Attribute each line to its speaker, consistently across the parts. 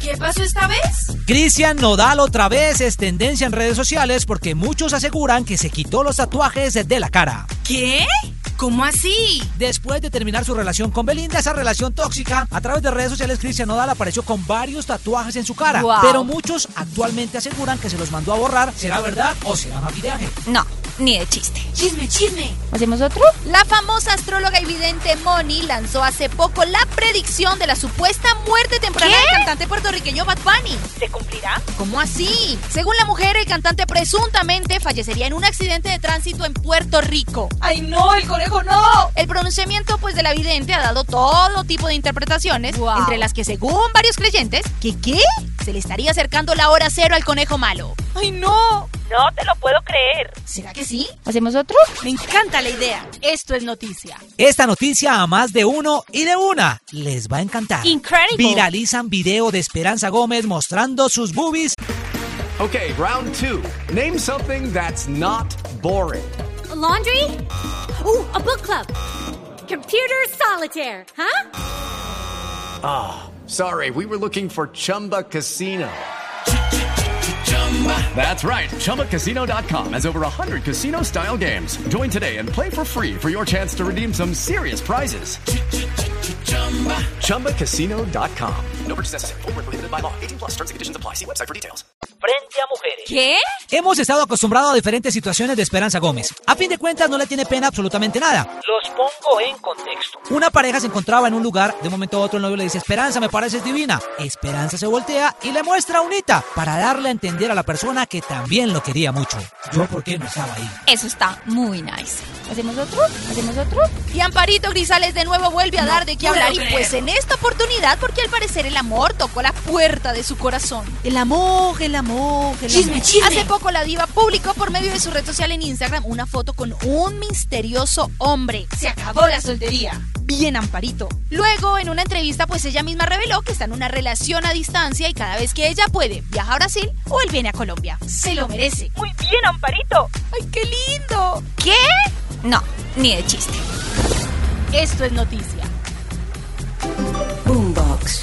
Speaker 1: ¿Qué pasó esta vez?
Speaker 2: Cristian Nodal otra vez es tendencia en redes sociales porque muchos aseguran que se quitó los tatuajes de la cara.
Speaker 1: ¿Qué? ¿Cómo así?
Speaker 2: Después de terminar su relación con Belinda, esa relación tóxica, a través de redes sociales Cristian Nodal apareció con varios tatuajes en su cara.
Speaker 1: Guau.
Speaker 2: Pero muchos actualmente aseguran que se los mandó a borrar. ¿Será verdad o será maquillaje?
Speaker 3: No, ni de chiste.
Speaker 1: Chisme, chisme.
Speaker 3: ¿Hacemos otro? La famosa astróloga y vidente Moni lanzó hace poco la predicción de la supuesta muerte temprana del cantante puertorriqueño Bad Bunny.
Speaker 1: ¿Se cumplirá?
Speaker 3: ¿Cómo así? Según la mujer, el cantante presuntamente fallecería en un accidente de tránsito en Puerto Rico.
Speaker 1: ¡Ay, no! ¡El conejo no!
Speaker 3: El pronunciamiento pues de la vidente ha dado todo tipo de interpretaciones,
Speaker 1: Wow.
Speaker 3: entre las que según varios creyentes, que qué? Se le estaría acercando la hora cero al conejo malo.
Speaker 1: ¡Ay, no! No te lo puedo creer.
Speaker 3: ¿Será que sí?
Speaker 4: ¿Hacemos otro?
Speaker 1: Me encanta la idea. Esto es noticia.
Speaker 2: Esta noticia a más de uno y de una les va a encantar.
Speaker 1: Incredible.
Speaker 2: Viralizan video de Esperanza Gómez mostrando sus boobies
Speaker 5: Okay, round two. Name something that's not boring.
Speaker 6: laundry? Ooh, a book club. Computer solitaire, huh?
Speaker 5: Sorry, we were looking for Chumba Casino. That's right. ChumbaCasino.com has over 100 casino style games. Join today and play for free for your chance to redeem some serious prizes. ChumbaCasino.com. No purchase necessary. Void where prohibited by law. 18 plus terms and conditions apply. See website for details.
Speaker 3: ¿Qué?
Speaker 2: Hemos estado acostumbrados a diferentes situaciones de Esperanza Gómez. A fin de cuentas, no le tiene pena absolutamente nada.
Speaker 7: Los pongo en contexto.
Speaker 2: Una pareja se encontraba en un lugar, de un momento a otro el novio le dice, Esperanza, me pareces divina. Esperanza se voltea y le muestra unita para darle a entender a la persona que también lo quería mucho. Yo, ¿por qué no estaba ahí?
Speaker 3: Eso está muy nice.
Speaker 4: ¿Hacemos otro? ¿Hacemos otro?
Speaker 3: Y Amparito Grisales de nuevo vuelve a dar de qué
Speaker 1: puedo
Speaker 3: hablar y
Speaker 1: creer.
Speaker 3: pues en esta oportunidad porque al parecer el amor tocó la puerta de su corazón. El amor, el amor, el
Speaker 1: Chisme,
Speaker 3: amor.
Speaker 1: chisme.
Speaker 3: Hace poco la diva publicó por medio de su red social en Instagram una foto con un misterioso hombre. Se acabó la soltería. Bien Amparito. Luego en una entrevista pues ella misma reveló que está en una relación a distancia y cada vez que ella puede viaja a Brasil o él viene a Colombia. Se lo merece.
Speaker 1: Muy bien, Amparito.
Speaker 3: ¡Ay, qué lindo! ¿Qué?
Speaker 4: No, ni de chiste.
Speaker 3: Esto es noticia.
Speaker 1: Boombox.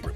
Speaker 5: Group.